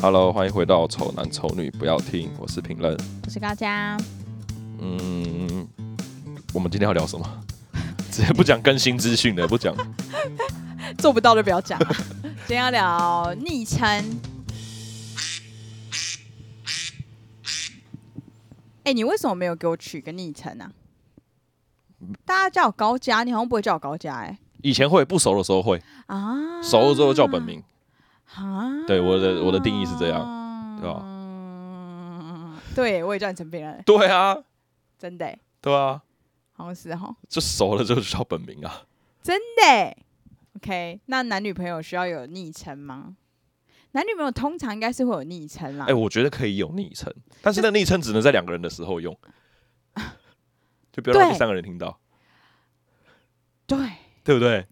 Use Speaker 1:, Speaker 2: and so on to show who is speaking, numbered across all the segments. Speaker 1: Hello，欢迎回到《丑男丑女不要听》，我是评论。
Speaker 2: 我是高嘉，
Speaker 1: 嗯，我们今天要聊什么？ 直接不讲更新资讯了，不讲。
Speaker 2: 做不到就不要 讲了。今天要聊昵称。哎、哎你为什么没有给我取个昵称啊？大家叫我高嘉，你好像不会叫我高嘉哎、
Speaker 1: 以前会不熟的时候会，
Speaker 2: 啊，
Speaker 1: 熟了之后叫本名。
Speaker 2: 啊？
Speaker 1: 对我的我的定义是这
Speaker 2: 样
Speaker 1: 对吧
Speaker 2: 吧？嗯对，我也叫你陈别人，
Speaker 1: 对啊，
Speaker 2: 真的、欸，
Speaker 1: 对啊，
Speaker 2: 好像是哦哈，
Speaker 1: 就熟了就叫本名啊。
Speaker 2: 真的、欸。OK，那男女朋友需要有昵称吗？男女朋友通常应该是会有昵称啦。
Speaker 1: 哎、我觉得可以有昵称，但是那昵称只能在两个人的时 候用，就不要让
Speaker 2: 对
Speaker 1: 第三个人听到，
Speaker 2: 对，
Speaker 1: 对不对？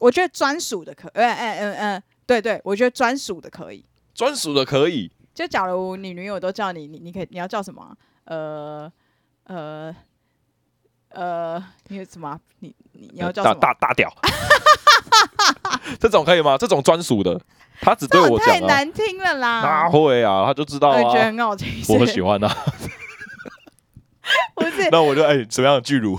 Speaker 2: 我觉得专属的可，呃呃呃呃，对对，我觉得专属的可以。
Speaker 1: 专属的可以，
Speaker 2: 就假如你女友都叫你，你你可以你要叫什么啊、呃呃呃，你有什么啊、你你你要叫
Speaker 1: 呃大
Speaker 2: 什么？
Speaker 1: 大大屌， 这种可以吗？这种专属的，他只对
Speaker 2: 这
Speaker 1: 我
Speaker 2: 种
Speaker 1: 讲
Speaker 2: 太
Speaker 1: 啊，
Speaker 2: 难听了
Speaker 1: 他
Speaker 2: 啦，
Speaker 1: 会啊，他就知道
Speaker 2: 我也呃觉得
Speaker 1: 啊，
Speaker 2: 很好听。是
Speaker 1: 我喜欢 啊，
Speaker 2: 不是？
Speaker 1: 那我就哎，怎么样，巨 乳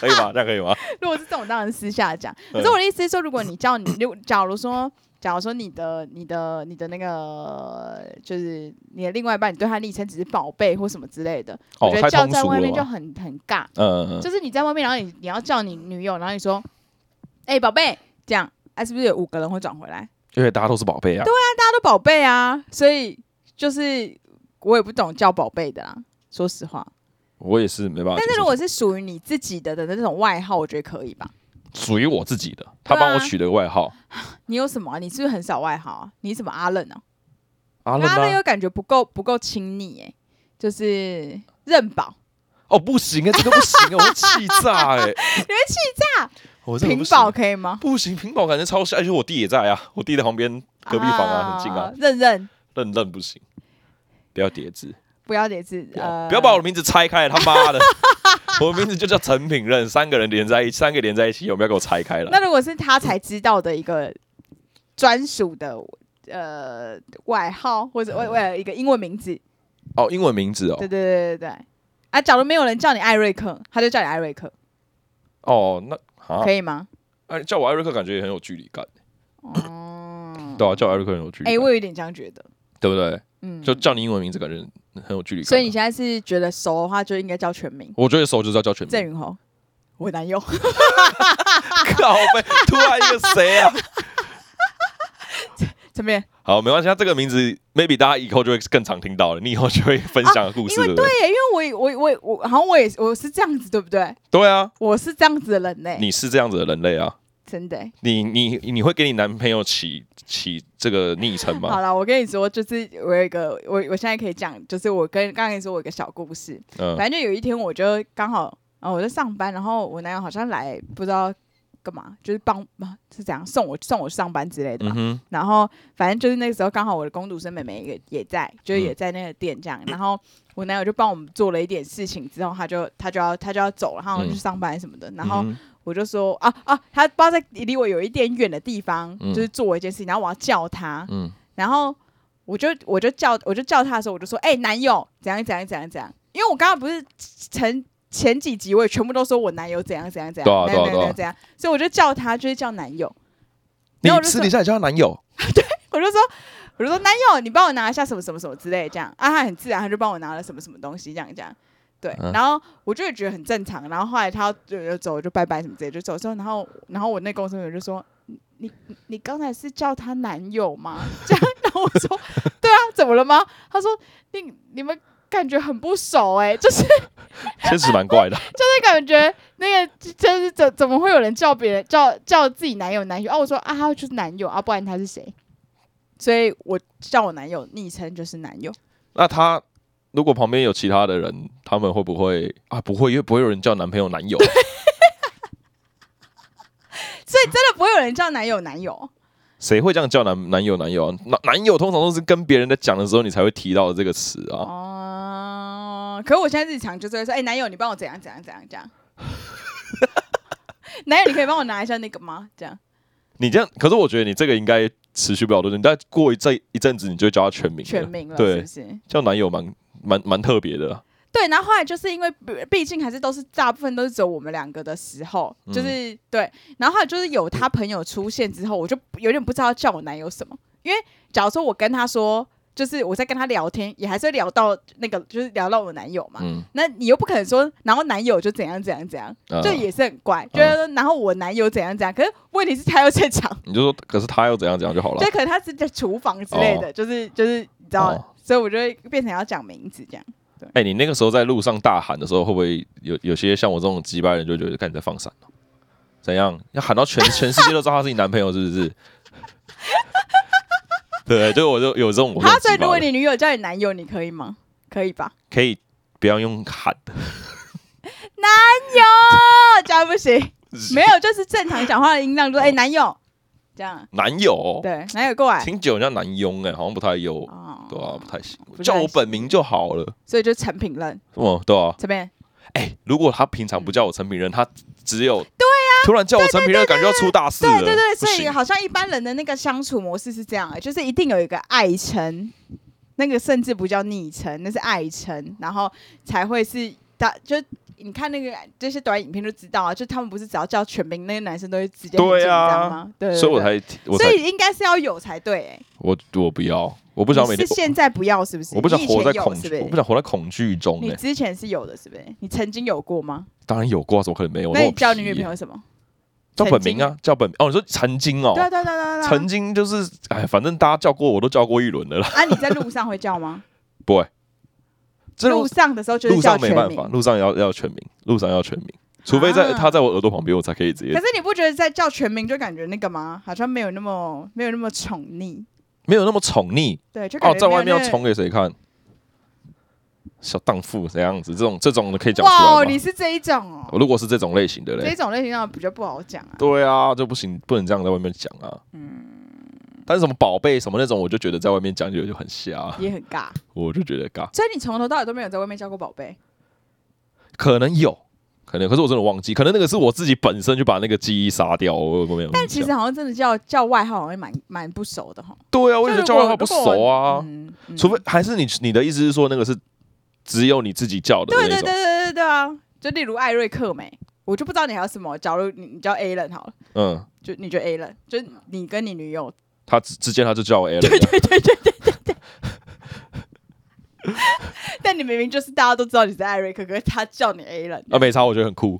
Speaker 1: 可以吗？这样可以吗？
Speaker 2: 如果是这种，当然私下讲。
Speaker 1: 嗯
Speaker 2: 可是我的意思是说，如果你叫你，如假如说，假如说你的、你的、你的那个，就是你的另外一半，你对他昵称只是宝贝或什么之类的，
Speaker 1: 哦
Speaker 2: 我觉，得
Speaker 1: 太
Speaker 2: 叫
Speaker 1: 通
Speaker 2: 在
Speaker 1: 俗
Speaker 2: 外
Speaker 1: 了
Speaker 2: 面就
Speaker 1: 吧，
Speaker 2: 很很尬。
Speaker 1: 嗯，嗯嗯
Speaker 2: 就是你在外面，然后你你要叫你女友，然后你说，哎、宝贝，这样，哎、是不是有五个人会转回来？啊
Speaker 1: 因为大家都是宝贝啊，
Speaker 2: 大家都宝贝啊，所以就是我也不懂叫宝贝的啦，说实话。
Speaker 1: 我也啊是没办法接受。
Speaker 2: 但是如果是属于你自己的的那种外号，我觉得可以吧。
Speaker 1: 属于我自己
Speaker 2: 啊
Speaker 1: 的，他帮我取的外号，
Speaker 2: 你有什么啊、你是不是很少外号啊？你什么阿冷啊？
Speaker 1: 阿啊
Speaker 2: 阿
Speaker 1: 乐
Speaker 2: 冷
Speaker 1: 呢？
Speaker 2: 又感觉不够不够亲昵哎，就是认宝，
Speaker 1: 哦，不行啊，这个不行啊，我会气炸 哎，你会气
Speaker 2: 炸？
Speaker 1: 我这个
Speaker 2: 屏
Speaker 1: 不行
Speaker 2: 保可以吗？
Speaker 1: 不行，屏保感觉超像，而且我弟也在啊，我弟在旁边隔壁房啊，很近啊，，
Speaker 2: 认认。
Speaker 1: 认认不行，不要叠字，
Speaker 2: 不要也是
Speaker 1: 不要,、
Speaker 2: 呃，
Speaker 1: 不要把我的名字拆开，他妈 的，我的名字就叫陈品任，三个人连在一起，三个连在一起，有没有给我拆开了？
Speaker 2: 那如果是他才知道的一个专属的呃外号，或者为为了一个英文名字，
Speaker 1: 哦，英文名字哦，
Speaker 2: 对对对对对。啊，假如没有人叫你艾瑞克，他就叫你艾瑞克，
Speaker 1: 哦，那啊
Speaker 2: 可，以吗？
Speaker 1: 哎叫我艾瑞克感觉也很有距离感，
Speaker 2: 哦，
Speaker 1: 对啊，叫我艾瑞克很有距离
Speaker 2: 哎、
Speaker 1: 感，
Speaker 2: 我有一点这样觉得，
Speaker 1: 对不对？
Speaker 2: 嗯，
Speaker 1: 就叫你英文名字感觉很有距离感，
Speaker 2: 所以你现在是觉得熟的话就应该叫全名，
Speaker 1: 我觉得熟就是要叫全名
Speaker 2: 郑，云宏，我男 友，
Speaker 1: 靠背，突然一个谁啊？
Speaker 2: 这边
Speaker 1: 好，没关系，他这个名字 maybe 大家以后就会更常听到了，你以后就会分享的故事，
Speaker 2: 啊因
Speaker 1: 对不
Speaker 2: 为
Speaker 1: 对？
Speaker 2: 对耶，因为我我我我好像我也是我是这样子，对不对？
Speaker 1: 对啊，
Speaker 2: 我是这样子的人呢，
Speaker 1: 你是这样子的人类啊。
Speaker 2: 真的耶。
Speaker 1: 你你你会给你男朋友起起这个昵称
Speaker 2: 好
Speaker 1: 吗？
Speaker 2: 了，我跟你说，就是我有一个，我我现在可以讲，就是我跟刚才说我有一个小故事，
Speaker 1: 嗯，
Speaker 2: 反正就有一天我就刚好，啊，我在上班，然后我男友好像来不知道干嘛，就是帮啊是怎样送我送我上班之类的吧。
Speaker 1: 嗯哼，
Speaker 2: 然后反正就是那个时候刚好我的工读生妹妹也也在，就是
Speaker 1: 嗯
Speaker 2: 也在那个店这样。然后我男友就帮我们做了一点事情之后，他就他就要他就要走了，然后
Speaker 1: 嗯
Speaker 2: 去上班什么的。然后
Speaker 1: 嗯哼
Speaker 2: 我就说啊啊，他不知道在离我有一点远的地方，
Speaker 1: 嗯
Speaker 2: 就是做一件事情，然后我要叫他，
Speaker 1: 嗯，
Speaker 2: 然后我就我就叫我就叫他的时候，我就说，哎、男友怎样怎样怎样怎样，因为我刚刚不是前前几集我也全部都说我男友怎样怎样怎
Speaker 1: 对啊
Speaker 2: 样，
Speaker 1: 对啊
Speaker 2: 怎样怎
Speaker 1: 对啊
Speaker 2: 样怎样，所以我就叫他就是叫男友，
Speaker 1: 你
Speaker 2: 然后我就
Speaker 1: 私
Speaker 2: 说
Speaker 1: 底下也叫他男 友，
Speaker 2: 我就说我就说男友，你帮我拿一下什么什么什么之类的这样，啊，他很自然他就帮我拿了什么什么东西这样这样。对
Speaker 1: 嗯，
Speaker 2: 然后我就觉得很正常，然后后来他就就走，我就拜拜什么之类的就走之后，然后然后我那公司朋友就说：“你你你刚才是叫他男友吗？” 这样，然后我说：“对啊，怎么了吗？”他说：“你你们感觉很不熟哎、就是
Speaker 1: 确实蛮怪的。
Speaker 2: 那感觉那个就是怎怎么会有人叫别人叫叫自己男友男友啊？我说啊，他就是男友啊，不然他是谁？所以我叫我男友昵称就是男友，
Speaker 1: 那他如果旁边有其他的人，他们会不会啊？不会，因为不会有人叫男朋友 男友，
Speaker 2: 真的不会有人叫男友男友。
Speaker 1: 谁会这样叫男男友男友啊？男男友通常都是跟别人在讲的时候，你才会提到这个词啊。
Speaker 2: 哦、可我现在日常就是会说，哎、男友，你帮我怎样怎样怎样这 样。男友，你可以帮我拿一下那个吗？这样
Speaker 1: 你这样，可是我觉得你这个应该持续不了多久，你大概过一阵一阵子，你就会叫他全名了。
Speaker 2: 全名了，
Speaker 1: 对
Speaker 2: 是不是？
Speaker 1: 叫男友蛮蛮蛮特别的啦，
Speaker 2: 对，然后后来就是因为毕毕竟还是都是大部分都是只有我们两个的时候，
Speaker 1: 嗯
Speaker 2: 就是、对，然后后来就是有他朋友出现之后，我就有点不知道叫我男友什么，因为假如说我跟他说，就是我在跟他聊天，也还是会聊到那个，就是聊到我男友嘛。
Speaker 1: 嗯，
Speaker 2: 那你又不可能说，然后男友就怎样怎样怎样，
Speaker 1: 啊
Speaker 2: 就也是很怪，就是
Speaker 1: 嗯
Speaker 2: 说，然后我男友怎样怎样，可是问题是他又在场，
Speaker 1: 你就说，可是他又怎样怎样就好了
Speaker 2: 就。可能他是在厨房之类的，就是就是你知道，
Speaker 1: 哦
Speaker 2: 所以我就会变成要讲名字这样。
Speaker 1: 哎、你那个时候在路上大喊的时候，会不会有有些像我这种鸡巴人就觉得，看你在放闪哦、怎样？要喊到全全世界都知道他是你男朋友，是不是？ 对，就我就有这种，我这种
Speaker 2: 好，所以
Speaker 1: 鸡巴
Speaker 2: 如果
Speaker 1: 人
Speaker 2: 你女友叫你男友，你可以吗？可以吧？
Speaker 1: 可以不要用喊的，
Speaker 2: 哦，这样不行，没有，就是正常讲话的音量，说哎、男友，这样，
Speaker 1: 男友哦、
Speaker 2: 对，男友过来，
Speaker 1: 听久了像男佣哎、好像不太优，
Speaker 2: 哦
Speaker 1: 对啊，不太行
Speaker 2: 不太，
Speaker 1: 叫我本名就好了。
Speaker 2: 所以就陈品任
Speaker 1: 哦，对啊，
Speaker 2: 这边，
Speaker 1: 哎、如果他平常不叫我陈品任，他只有对啊，突然叫我陈品任，感觉要出大事了。
Speaker 2: 对对对，
Speaker 1: 不
Speaker 2: 所以
Speaker 1: 行
Speaker 2: 好像一般人的那个相处模式是这样、的，就是一定有一个爱称，那个甚至不叫昵称，那是爱称，然后才会是大就。你看那个这些短影片就知道啊，就他们不是只要叫全名，那个男生都会直接很
Speaker 1: 对
Speaker 2: 紧
Speaker 1: 啊
Speaker 2: 张吗？对对
Speaker 1: 所以我
Speaker 2: 对
Speaker 1: 才我才
Speaker 2: 所以应该是要有才对、欸，
Speaker 1: 我我不要，我不想每
Speaker 2: 你是
Speaker 1: 天
Speaker 2: 现在不要是不是？
Speaker 1: 我不想
Speaker 2: 你以前
Speaker 1: 活在
Speaker 2: 有
Speaker 1: 恐
Speaker 2: 是
Speaker 1: 惧，
Speaker 2: 不是
Speaker 1: 我不想活在恐惧中哎、
Speaker 2: 你之前是有的，是不是？你曾经有过吗？
Speaker 1: 当然有过啊，怎么可能没有？
Speaker 2: 那
Speaker 1: 我
Speaker 2: 你
Speaker 1: 么
Speaker 2: 叫
Speaker 1: 皮哦
Speaker 2: 你女朋友什么？
Speaker 1: 叫本名啊，叫本哦，你说曾经哦
Speaker 2: 对，啊？对啊对啊对啊对
Speaker 1: 曾
Speaker 2: 啊。
Speaker 1: 经就是哎，反正大家叫过我都叫过一轮的啦。
Speaker 2: 啊，你在路上会叫吗？
Speaker 1: 这
Speaker 2: 路上的时候就是
Speaker 1: 路
Speaker 2: 叫
Speaker 1: 上没
Speaker 2: 全
Speaker 1: 办
Speaker 2: 名
Speaker 1: 法，。路上要要全名，路上要全名，除非在
Speaker 2: 啊
Speaker 1: 他在我耳朵旁边，我才可以直
Speaker 2: 可
Speaker 1: 接。
Speaker 2: 是你不觉得在叫全名就感觉那个吗？好像没有那么没有那么宠溺，没
Speaker 1: 没有那么宠溺
Speaker 2: 对，就感
Speaker 1: 哦，
Speaker 2: 觉
Speaker 1: 在外
Speaker 2: 没
Speaker 1: 面
Speaker 2: 有
Speaker 1: 要
Speaker 2: 那
Speaker 1: 宠给谁看？小荡妇这样子，这种这种的可以讲出
Speaker 2: 哇哦，
Speaker 1: 来吗
Speaker 2: 你？是这一种哦，
Speaker 1: 我如果是这种类型的嘞
Speaker 2: 这，种类型上比较不好讲啊。
Speaker 1: 对啊，就不行，不能这样在外面讲啊。
Speaker 2: 嗯
Speaker 1: 但是什么宝贝什么那种，我就觉得在外面讲就就很瞎，啊
Speaker 2: 也很尬，
Speaker 1: 我就觉得尬。
Speaker 2: 所以你从头到尾都没有在外面叫过宝贝，
Speaker 1: 可能有，可能，可是我真的忘记，可能那个是我自己本身就把那个记忆杀掉，我我没有印象。
Speaker 2: 但其实好像真的叫叫外号好像蛮蛮不熟的哈。
Speaker 1: 对啊，我也
Speaker 2: 就
Speaker 1: 觉得叫
Speaker 2: 如
Speaker 1: 外
Speaker 2: 果
Speaker 1: 号不
Speaker 2: 如果
Speaker 1: 熟啊，
Speaker 2: 嗯嗯
Speaker 1: 除非还是你你的意思是说那个是只有你自己叫的那
Speaker 2: 对
Speaker 1: 种，
Speaker 2: 对对对对对啊！就例如艾瑞克梅，我就不知道你还有什么。假如你你叫 A 人好了，
Speaker 1: 嗯，
Speaker 2: 就你就 A 人，就你跟你女友，
Speaker 1: 他之之间他就叫我 Alan，啊
Speaker 2: 对对对对对对对。但你明明就是大家都知道你是艾瑞克，可是他叫你 A 人，
Speaker 1: 啊，没差，我觉得很酷，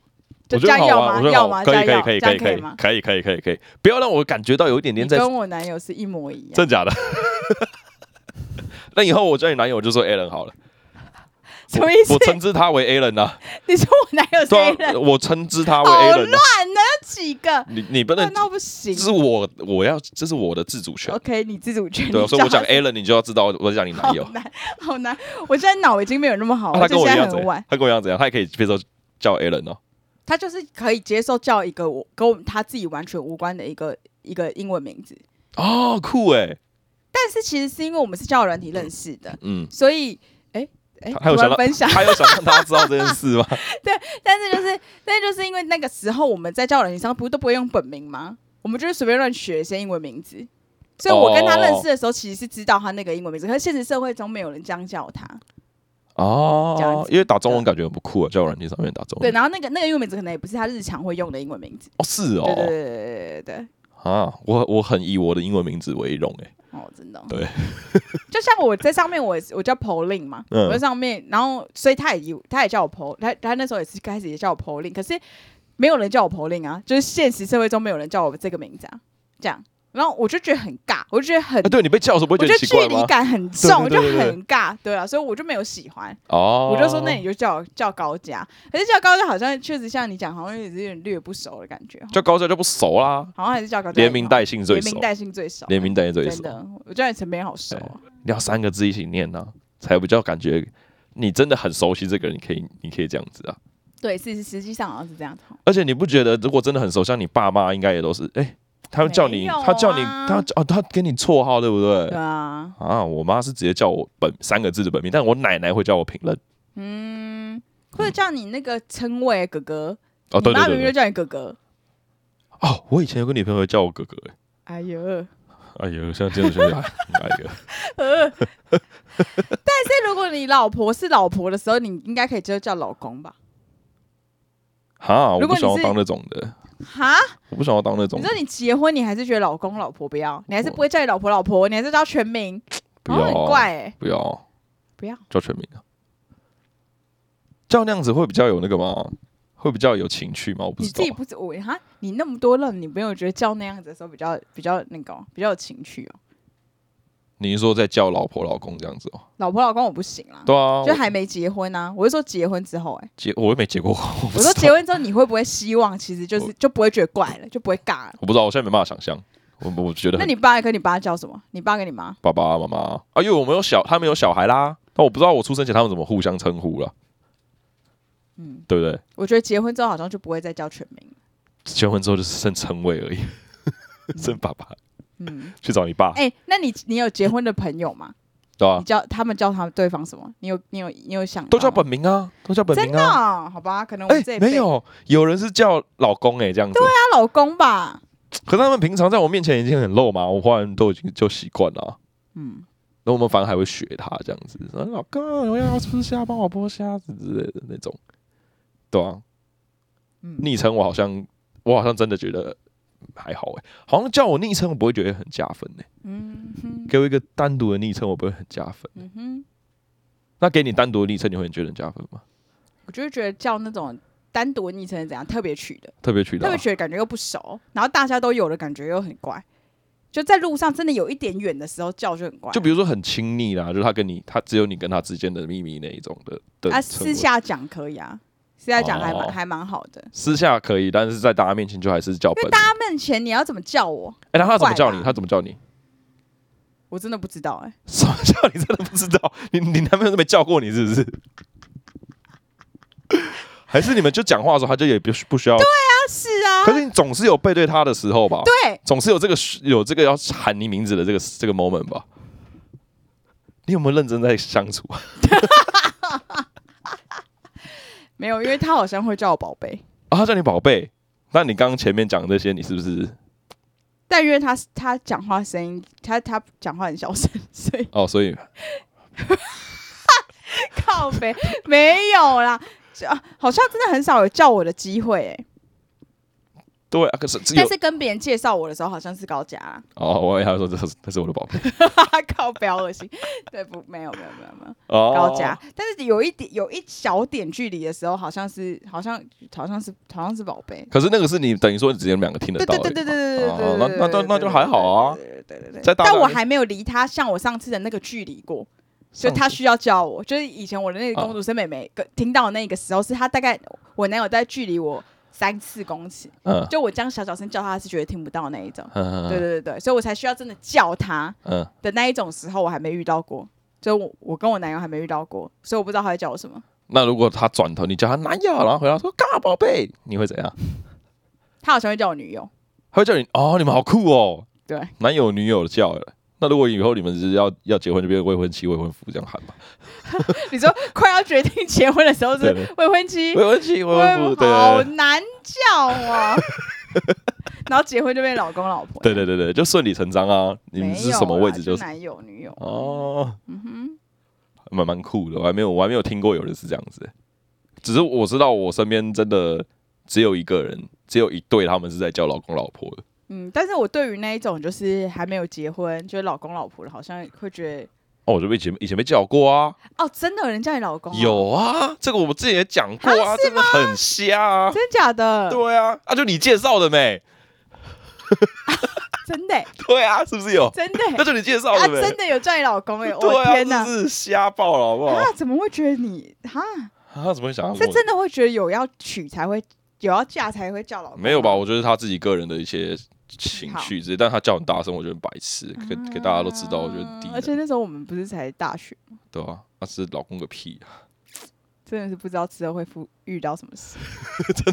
Speaker 2: 就
Speaker 1: 我
Speaker 2: 这
Speaker 1: 觉得很
Speaker 2: 样
Speaker 1: 好啊
Speaker 2: 要
Speaker 1: 玩，我
Speaker 2: 吗？
Speaker 1: 觉得很
Speaker 2: 要吗？
Speaker 1: 好，可以可以可以可以
Speaker 2: 这样要这样
Speaker 1: 可
Speaker 2: 可
Speaker 1: 以
Speaker 2: 吗？
Speaker 1: 可以可以可以可以，不要让我感觉到有一点
Speaker 2: 你啊
Speaker 1: 点在
Speaker 2: 跟我男友是一模一样，
Speaker 1: 真 假的。那以后我叫你男友，我就说 Alan 好了。
Speaker 2: 什么意思
Speaker 1: 我？称之他为 Alan 啊，
Speaker 2: 你说我男 友是 A
Speaker 1: 对
Speaker 2: 人
Speaker 1: 啊，，我称之他为
Speaker 2: 好
Speaker 1: Alan
Speaker 2: 乱
Speaker 1: 啊。
Speaker 2: 呢？有几个？
Speaker 1: 你你不能
Speaker 2: 乱，到不行
Speaker 1: 这。是我我要这是我的自主权。
Speaker 2: OK，你自主权。
Speaker 1: 对啊，
Speaker 2: 你
Speaker 1: 所以我
Speaker 2: 叫
Speaker 1: 讲 Alan，你就要知道我在讲你男
Speaker 2: 好
Speaker 1: 友。
Speaker 2: 难，好难。我现在脑已经没有那么好，
Speaker 1: 啊他
Speaker 2: 了，
Speaker 1: 跟
Speaker 2: 就
Speaker 1: 我一
Speaker 2: 现在
Speaker 1: 样怎
Speaker 2: 很晚
Speaker 1: 样？。他跟我一样怎样？他也可以接受叫 Alan 哦。
Speaker 2: 他就是可以接受叫一个我跟我他自己完全无关的一个一个英文名字，
Speaker 1: 哦，酷哎，
Speaker 2: 但是其实是因为我们是交友软体认识的，
Speaker 1: 嗯，
Speaker 2: 所以哎哎，
Speaker 1: 他有
Speaker 2: 突
Speaker 1: 想
Speaker 2: 然
Speaker 1: 到
Speaker 2: 分享，
Speaker 1: 他有想让大家知道这件事吗？
Speaker 2: 但是就是但是就是因为那个时候我们在交友软体上不都不会用本名吗？我们就是随便乱取一些英文名字。所以，我跟他认识的时候，其实是知道他那个英文名字，可是现实社会中没有人这样叫他。这样
Speaker 1: 哦
Speaker 2: 子，
Speaker 1: 因为打中文感觉很不酷啊，叫软件上面打中
Speaker 2: 对，
Speaker 1: 文。
Speaker 2: 然后那个那个英文名字可能也不是他日常会用的英文名字。
Speaker 1: 哦，是
Speaker 2: 对对
Speaker 1: 哦，
Speaker 2: 对对对对对。
Speaker 1: 啊，我我很以我的英文名字为荣哎。
Speaker 2: 哦，真的哦、
Speaker 1: 对
Speaker 2: 就像我在上面我，我叫 Pauline 嘛，
Speaker 1: 嗯
Speaker 2: 我在上面，然后所以他也以他也叫我 Paul，他他那时候也是开始也叫我 Pauline，可是没有人叫我 Pauline 啊，就是现实社会中没有人叫我这个名字啊，这样，然后我就觉得很尬，我就觉得很，
Speaker 1: 啊，对你被叫的时候不
Speaker 2: 我
Speaker 1: 会
Speaker 2: 觉
Speaker 1: 觉得奇
Speaker 2: 得距
Speaker 1: 怪
Speaker 2: 离
Speaker 1: 吗？
Speaker 2: 感很重，
Speaker 1: 对对对
Speaker 2: 就
Speaker 1: 对对
Speaker 2: 很尬，对啊，所以我就没有喜欢，
Speaker 1: 哦，
Speaker 2: 我就说那你就叫我叫高佳，可是叫高佳好像确实像你讲，好像也是有点略不熟的感觉，
Speaker 1: 叫高教就不熟啦，
Speaker 2: 好像还是叫高佳
Speaker 1: 连名带姓最
Speaker 2: 连
Speaker 1: 熟
Speaker 2: 名，带姓最熟，
Speaker 1: 连名带姓最
Speaker 2: 真
Speaker 1: 熟，
Speaker 2: 的，我叫你陈边好熟、啊。
Speaker 1: 你要三个字一起念呐、才比较感觉你真的很熟悉这个人，你可以你可以这样子啊。
Speaker 2: 对，是是实际上好像是这样子哦。
Speaker 1: 而且你不觉得，如果真的很熟，像你爸妈应该也都是，哎、他们叫
Speaker 2: 没
Speaker 1: 你，
Speaker 2: 有啊
Speaker 1: 他叫你，他哦，他给你绰号，对不对？
Speaker 2: 对啊，
Speaker 1: 啊，我妈是直接叫我本三个字的本名，但我奶奶会叫我评论。
Speaker 2: 嗯，或者叫你那个称谓哥哥，
Speaker 1: 哦，对对
Speaker 2: 你妈明
Speaker 1: 对
Speaker 2: 明就
Speaker 1: 对，
Speaker 2: 叫你哥哥。
Speaker 1: 哦，我以前有个女朋友叫我哥哥、欸，
Speaker 2: 哎呦，
Speaker 1: 哎呦，像这种学长，哎呦，
Speaker 2: 但是如果你老婆是老婆的时候，你应该可以接受叫老公吧？
Speaker 1: 哈，我
Speaker 2: 如
Speaker 1: 不
Speaker 2: 果
Speaker 1: 想
Speaker 2: 你
Speaker 1: 要
Speaker 2: 是
Speaker 1: 当那种的，
Speaker 2: 哈？
Speaker 1: 我不想要当那种
Speaker 2: 你
Speaker 1: 的
Speaker 2: 说，你结婚，你还是觉得老公老婆不要，你还是
Speaker 1: 我
Speaker 2: 不会叫你老婆老婆，你还是叫全名，
Speaker 1: 不
Speaker 2: 好像很怪
Speaker 1: 要，
Speaker 2: 哎、
Speaker 1: 不要
Speaker 2: 不要。
Speaker 1: 叫全名啊，叫那样子会比较有那个吗？会比较有情趣吗？我不
Speaker 2: 你
Speaker 1: 知
Speaker 2: 自
Speaker 1: 道
Speaker 2: 己
Speaker 1: 啊，
Speaker 2: 不知我哈，你那么多任，你没有觉得叫那样子的时候比较比较那个哦比较有情趣哦？
Speaker 1: 你是说在叫老婆老公这样子哦？
Speaker 2: 老婆老公我不行啦，
Speaker 1: 对啊，
Speaker 2: 就
Speaker 1: 我
Speaker 2: 还没结婚啊。我是说结婚之后、欸，哎，
Speaker 1: 结我又没结过婚，我不知
Speaker 2: 我说
Speaker 1: 道
Speaker 2: 结婚之后你会不会希望其实就是
Speaker 1: 我
Speaker 2: 就不会觉得怪了，就不会尬了？
Speaker 1: 我不知道，我现在没办法想象。我我觉得
Speaker 2: 那
Speaker 1: 很
Speaker 2: 你爸跟你爸叫什么？你爸跟你妈？
Speaker 1: 爸爸妈妈啊，因为我们有小，他们有小孩啦，但我不知道我出生前他们怎么互相称呼了，
Speaker 2: 嗯，
Speaker 1: 对不对？
Speaker 2: 我觉得结婚之后好像就不会再叫全名了。
Speaker 1: 结婚之后就是剩称谓而已，剩爸爸
Speaker 2: 嗯，
Speaker 1: 去找你爸，
Speaker 2: 哎、那你你有结婚的朋友吗？
Speaker 1: 对吧、
Speaker 2: 你叫他们叫他们对方什么？你有你有你有想
Speaker 1: 啊都叫
Speaker 2: 到吗
Speaker 1: 本名啊，都叫本
Speaker 2: 真
Speaker 1: 名
Speaker 2: 的
Speaker 1: 啊。
Speaker 2: 哦、好吧？可能我
Speaker 1: 哎
Speaker 2: 们这、一辈、
Speaker 1: 没有，有人是叫老公哎、这样子。对啊，
Speaker 2: 她老公吧？
Speaker 1: 可是他们平常在我面前已经很露嘛，我华人都已经就习惯了啊、
Speaker 2: 嗯，
Speaker 1: 那我们反而还会学他这样子，说老公，我要吃虾，帮我剥虾子之类的那种，对啊。
Speaker 2: 嗯
Speaker 1: 昵称我好像，我好像真的觉得还好哎、好像叫我昵称我不会觉得很加分哎、
Speaker 2: 嗯哼
Speaker 1: 给我一个单独的昵称我不会很加分。
Speaker 2: 嗯哼，
Speaker 1: 那给你单独的昵称你会觉得很加分吗？
Speaker 2: 我就是觉得叫那种单独的昵称是怎样特别取的，
Speaker 1: 特别渠道
Speaker 2: 特别取的感觉又不熟，然后大家都有的感觉又很怪，就在路上真的有一点远的时候叫就很怪。
Speaker 1: 就比如说很亲密啦，就是他跟你，他只有你跟他之间的秘密那一种的的
Speaker 2: 啊，
Speaker 1: 称呼
Speaker 2: 私下讲可以啊，私下讲还蛮、
Speaker 1: 哦
Speaker 2: 还蛮好的。
Speaker 1: 私下可以，但是在大家面前就还是叫本名。
Speaker 2: 他面前你要怎么叫我？
Speaker 1: 哎、那他怎么叫
Speaker 2: 怪
Speaker 1: 你？
Speaker 2: 吧
Speaker 1: 他怎么叫你？
Speaker 2: 我真的不知道哎、
Speaker 1: 什么叫你真的不知道？你你男朋友都没叫过你是不 是？还是你们就讲话的时候他就也不不需要？
Speaker 2: 啊是啊，
Speaker 1: 可是你总是有背对他的时候吧？
Speaker 2: 对，
Speaker 1: 总是有这个有这个要喊你名字的这个这个 moment 吧？你有没有认真在相处？ 啊
Speaker 2: 没有，因为他好像会叫我宝贝，
Speaker 1: 啊，他叫你宝贝，那你刚刚前面讲的这些，你是不是？
Speaker 2: 但因为他他讲话声音，他他讲话很小声，所以
Speaker 1: 哦，所以
Speaker 2: 靠北，没有啦，就啊好像真的很少有叫我的机会哎、
Speaker 1: 对啊，可是只有
Speaker 2: 但是跟别人介绍我的时候，好像是高佳 啦，
Speaker 1: 哦，我以为他说这是这是我的宝贝
Speaker 2: 靠北好恶心。对不？没有没有没有没有
Speaker 1: 哦，
Speaker 2: 高佳，但是有一点有一小点距离的时候，好像是好像好像是好像是宝贝。
Speaker 1: 可是那个是你等于说你只有两个听得
Speaker 2: 对
Speaker 1: 到而已
Speaker 2: 对
Speaker 1: 嘛，
Speaker 2: 对对对对对
Speaker 1: 哦
Speaker 2: 对，
Speaker 1: 那
Speaker 2: 对
Speaker 1: 那那那就还好啊。
Speaker 2: 对对对对对
Speaker 1: 在
Speaker 2: 对。
Speaker 1: 大家
Speaker 2: 但我还没有离他像我上次的那个距离过，就他需要叫我，就是以前我的那个公主生妹妹跟听到的那个时候，是她大概我男友在距离我三四公尺，
Speaker 1: 嗯
Speaker 2: 就我这样小小声叫他是觉得听不到那一种。
Speaker 1: 嗯
Speaker 2: 对对对对，所以我才需要真的叫他
Speaker 1: 嗯，
Speaker 2: 的那一种时候，我还没遇到过。就我我跟我男友还没遇到过，所以我不知道他会叫我什么。
Speaker 1: 那如果他转头你叫他男友，然后回答说“嘎宝贝”，你会怎样？
Speaker 2: 他好像会叫我女友。
Speaker 1: 他会叫你哦，你们好酷哦，
Speaker 2: 对，
Speaker 1: 男友女友叫了。那如果以后你们是要要结婚，就变成未婚妻、未婚夫这样喊嘛？
Speaker 2: 你说快要决定结婚的时候
Speaker 1: 对
Speaker 2: 是
Speaker 1: 对，
Speaker 2: 未婚妻，
Speaker 1: 未婚妻、 未
Speaker 2: 未
Speaker 1: 婚
Speaker 2: 婚
Speaker 1: 夫，对
Speaker 2: 好
Speaker 1: 对
Speaker 2: 难叫 啊。然后结婚就变老公老婆。
Speaker 1: 对对对对，就顺理成章啊。你
Speaker 2: 没有
Speaker 1: 们
Speaker 2: 啦，
Speaker 1: 是什么位置
Speaker 2: 就
Speaker 1: 就是
Speaker 2: 男友女友。
Speaker 1: 哦，
Speaker 2: 嗯哼，
Speaker 1: 蛮蛮酷的，我还没有我还没有听过有人是这样子、只是我知道我身边真的只有一个人，只有一对他们是在叫老公老婆的。
Speaker 2: 嗯，但是我对于那一种就是还没有结婚，就是老公老婆的，好像会觉得
Speaker 1: 哦，我就被以前以前被叫过啊，
Speaker 2: 哦，真的有人叫你老公、，
Speaker 1: 有啊，这个我们之前也讲过啊，这个很瞎啊，
Speaker 2: 真假的？
Speaker 1: 对啊，啊就你介绍的没？
Speaker 2: 真的欸、
Speaker 1: 对啊， 是不是有？
Speaker 2: 真的欸、
Speaker 1: 那就你介绍
Speaker 2: 啊，
Speaker 1: 的没？
Speaker 2: 真的有叫你老公哎、我
Speaker 1: 对
Speaker 2: 的天
Speaker 1: 啊，
Speaker 2: 哪！
Speaker 1: 真是瞎爆了，好不好？
Speaker 2: 啊，怎么会觉得你哈？
Speaker 1: 他怎么会想要跟
Speaker 2: 这
Speaker 1: 啊我
Speaker 2: 真的会觉得有要娶才会有要嫁才会叫老公？
Speaker 1: 没有吧？？我觉得他自己个人的一些情绪之类，但他叫很大声，我觉得很白痴，给给大家都知道，我觉得很低
Speaker 2: 啊而且
Speaker 1: 能，
Speaker 2: 那时候我们不是才大学，
Speaker 1: 对啊，那是老公个屁啊，
Speaker 2: 真的是不知道之后会遇遇到什么事。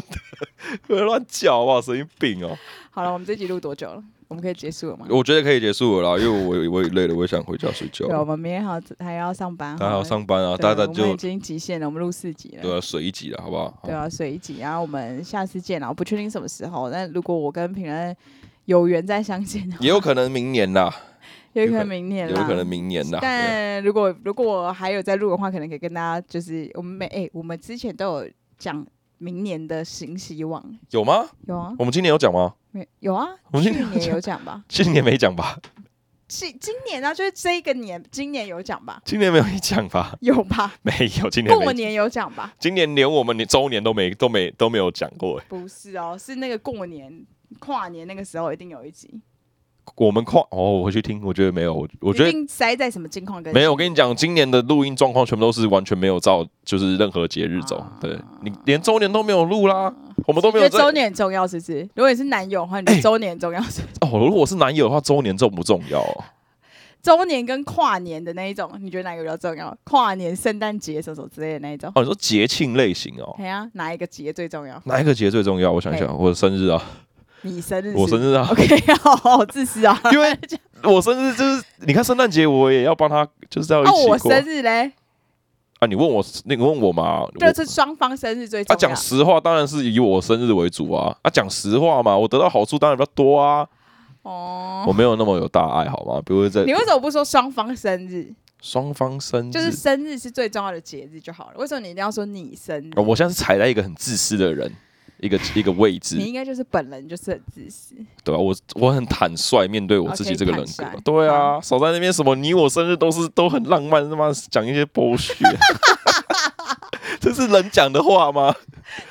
Speaker 1: 不要乱叫好不好？神经病哦！
Speaker 2: 好了，我们这集录多久了？我们可以结束了吗？
Speaker 1: 我觉得可以结束了啦，因为我我我也累了，我也想回家睡觉
Speaker 2: 对，。我们明天还要还要上班，
Speaker 1: 大家还要上班啊，
Speaker 2: 好了，
Speaker 1: 大
Speaker 2: 对
Speaker 1: 家
Speaker 2: 我们
Speaker 1: 就
Speaker 2: 已经极限了，我们录四集了。啊
Speaker 1: 对啊，水一集了，好不好？
Speaker 2: 对啊，随一集，然后我们下次见啦。我不确定什么时候，但如果我跟平安有缘再相见的话，
Speaker 1: 也有可能明年啦，
Speaker 2: 有可
Speaker 1: 有可
Speaker 2: 能明年
Speaker 1: 有
Speaker 2: 啦，
Speaker 1: 可能明年啦。对啊
Speaker 2: 但如果如果我还有在录的话，可能可以跟大家就是我们每哎、我们之前都有讲明年的行希望，
Speaker 1: 有吗？
Speaker 2: 有啊，
Speaker 1: 我们今年有讲吗？
Speaker 2: 没有啊，
Speaker 1: 我们
Speaker 2: 去
Speaker 1: 今天
Speaker 2: 年有讲 吧？
Speaker 1: 今年没讲吧？
Speaker 2: 是今年啊，就是这一个年，今年有讲吧？
Speaker 1: 今年没有讲吧？
Speaker 2: 有吧？
Speaker 1: 没有，今年
Speaker 2: 过
Speaker 1: 没。
Speaker 2: 年有讲吧？
Speaker 1: 今年连我们连周年都没都没都没有讲过哎。
Speaker 2: 不是哦，是那个过年跨年那个时候一定有一集，
Speaker 1: 我们跨哦，我回去听，我觉得没有，我我觉
Speaker 2: 一
Speaker 1: 得
Speaker 2: 定塞在什么境况跟
Speaker 1: 没有。我跟你讲，今年的录音状况全部都是完全没有照，就是任何节日走
Speaker 2: 啊。
Speaker 1: 对你连周年都没有录啦，我们都没
Speaker 2: 嗯
Speaker 1: 有
Speaker 2: 觉得
Speaker 1: 在
Speaker 2: 周年很重要，是不是？如果你是男友的话，你觉得
Speaker 1: 哎
Speaker 2: 周年很重要是不是
Speaker 1: 哦。如果我是男友的话，周年重不重要哦？
Speaker 2: 周年跟跨年的那一种，你觉得哪个比较重要？跨年、圣诞节什么什么之类的那一种。
Speaker 1: 哦，你说节庆类型哦，
Speaker 2: 哎呀，哪一个节最重要？
Speaker 1: 哪一个节最重要？我想一想，我的生日啊，
Speaker 2: 你生日是？
Speaker 1: 我生日 啊，
Speaker 2: OK，好好自私啊！
Speaker 1: 因为我生日就是你看圣诞节我也要帮他，就是 要一
Speaker 2: 哦，我
Speaker 1: 起过
Speaker 2: 生日嘞，
Speaker 1: 啊。你问我，那个问我嘛，我
Speaker 2: 就是双方生日最
Speaker 1: 啊，
Speaker 2: 重要
Speaker 1: 讲。实话当然是以我生日为主啊，啊，讲实话嘛，我得到好处当然比较多啊，我
Speaker 2: 哦，
Speaker 1: 没有那么有大爱好吗？比如在
Speaker 2: 你为什么不说双方生日？
Speaker 1: 双方生日，
Speaker 2: 嗯就是生日是最重要的节日就好了。为什么你一定要说你生日？
Speaker 1: 哦我现在是踩在一个很自私的人。一个一个位置
Speaker 2: 你，应该就是本人就是很自私。
Speaker 1: 对吧、啊我我很坦率面对我自己
Speaker 2: OK，
Speaker 1: 这个人格
Speaker 2: 哦坦率
Speaker 1: 对啊，少在那边什么你我生日都是都很浪漫，他妈讲一些 bullshit，这是人讲的话吗？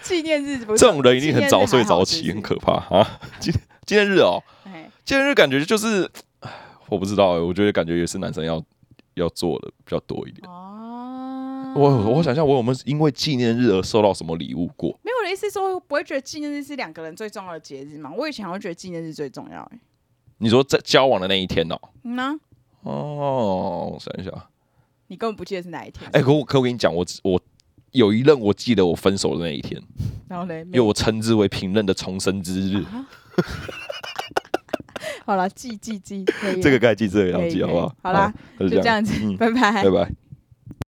Speaker 2: 纪念日不是
Speaker 1: 这种人一定很早睡早
Speaker 2: 纪
Speaker 1: 起，
Speaker 2: 念日
Speaker 1: 很
Speaker 2: 还好
Speaker 1: 可怕啊！今今天日哦，
Speaker 2: 哎，
Speaker 1: 今天日感觉就是，唉我不知道、欸，我觉得感觉也是男生要要做的比较多一点。
Speaker 2: 哦，
Speaker 1: 我我想一下，我有没有因为纪念日而收到什么礼物过？
Speaker 2: 没有我的意思是说，不会觉得纪念日是两个人最重要的节日嘛？我以前好像觉得纪念日最重要、欸。
Speaker 1: 你说在交往的那一天哦，
Speaker 2: 嗯啊、
Speaker 1: 哦，我想一下，
Speaker 2: 你根本不记得是哪一天。
Speaker 1: 哎、可我可我跟你讲，我我有一任我记得我分手的那一天，
Speaker 2: 然后嘞，
Speaker 1: 因为我称之为平任的重生之
Speaker 2: 啊
Speaker 1: 日，
Speaker 2: 好了，记记记，可以了
Speaker 1: 这个该记，这个
Speaker 2: 可
Speaker 1: 要
Speaker 2: 以
Speaker 1: 记，
Speaker 2: 可以
Speaker 1: 好不好？
Speaker 2: 好啦，
Speaker 1: 就
Speaker 2: 就这，样子，
Speaker 1: 嗯
Speaker 2: 拜拜
Speaker 1: 拜。拜。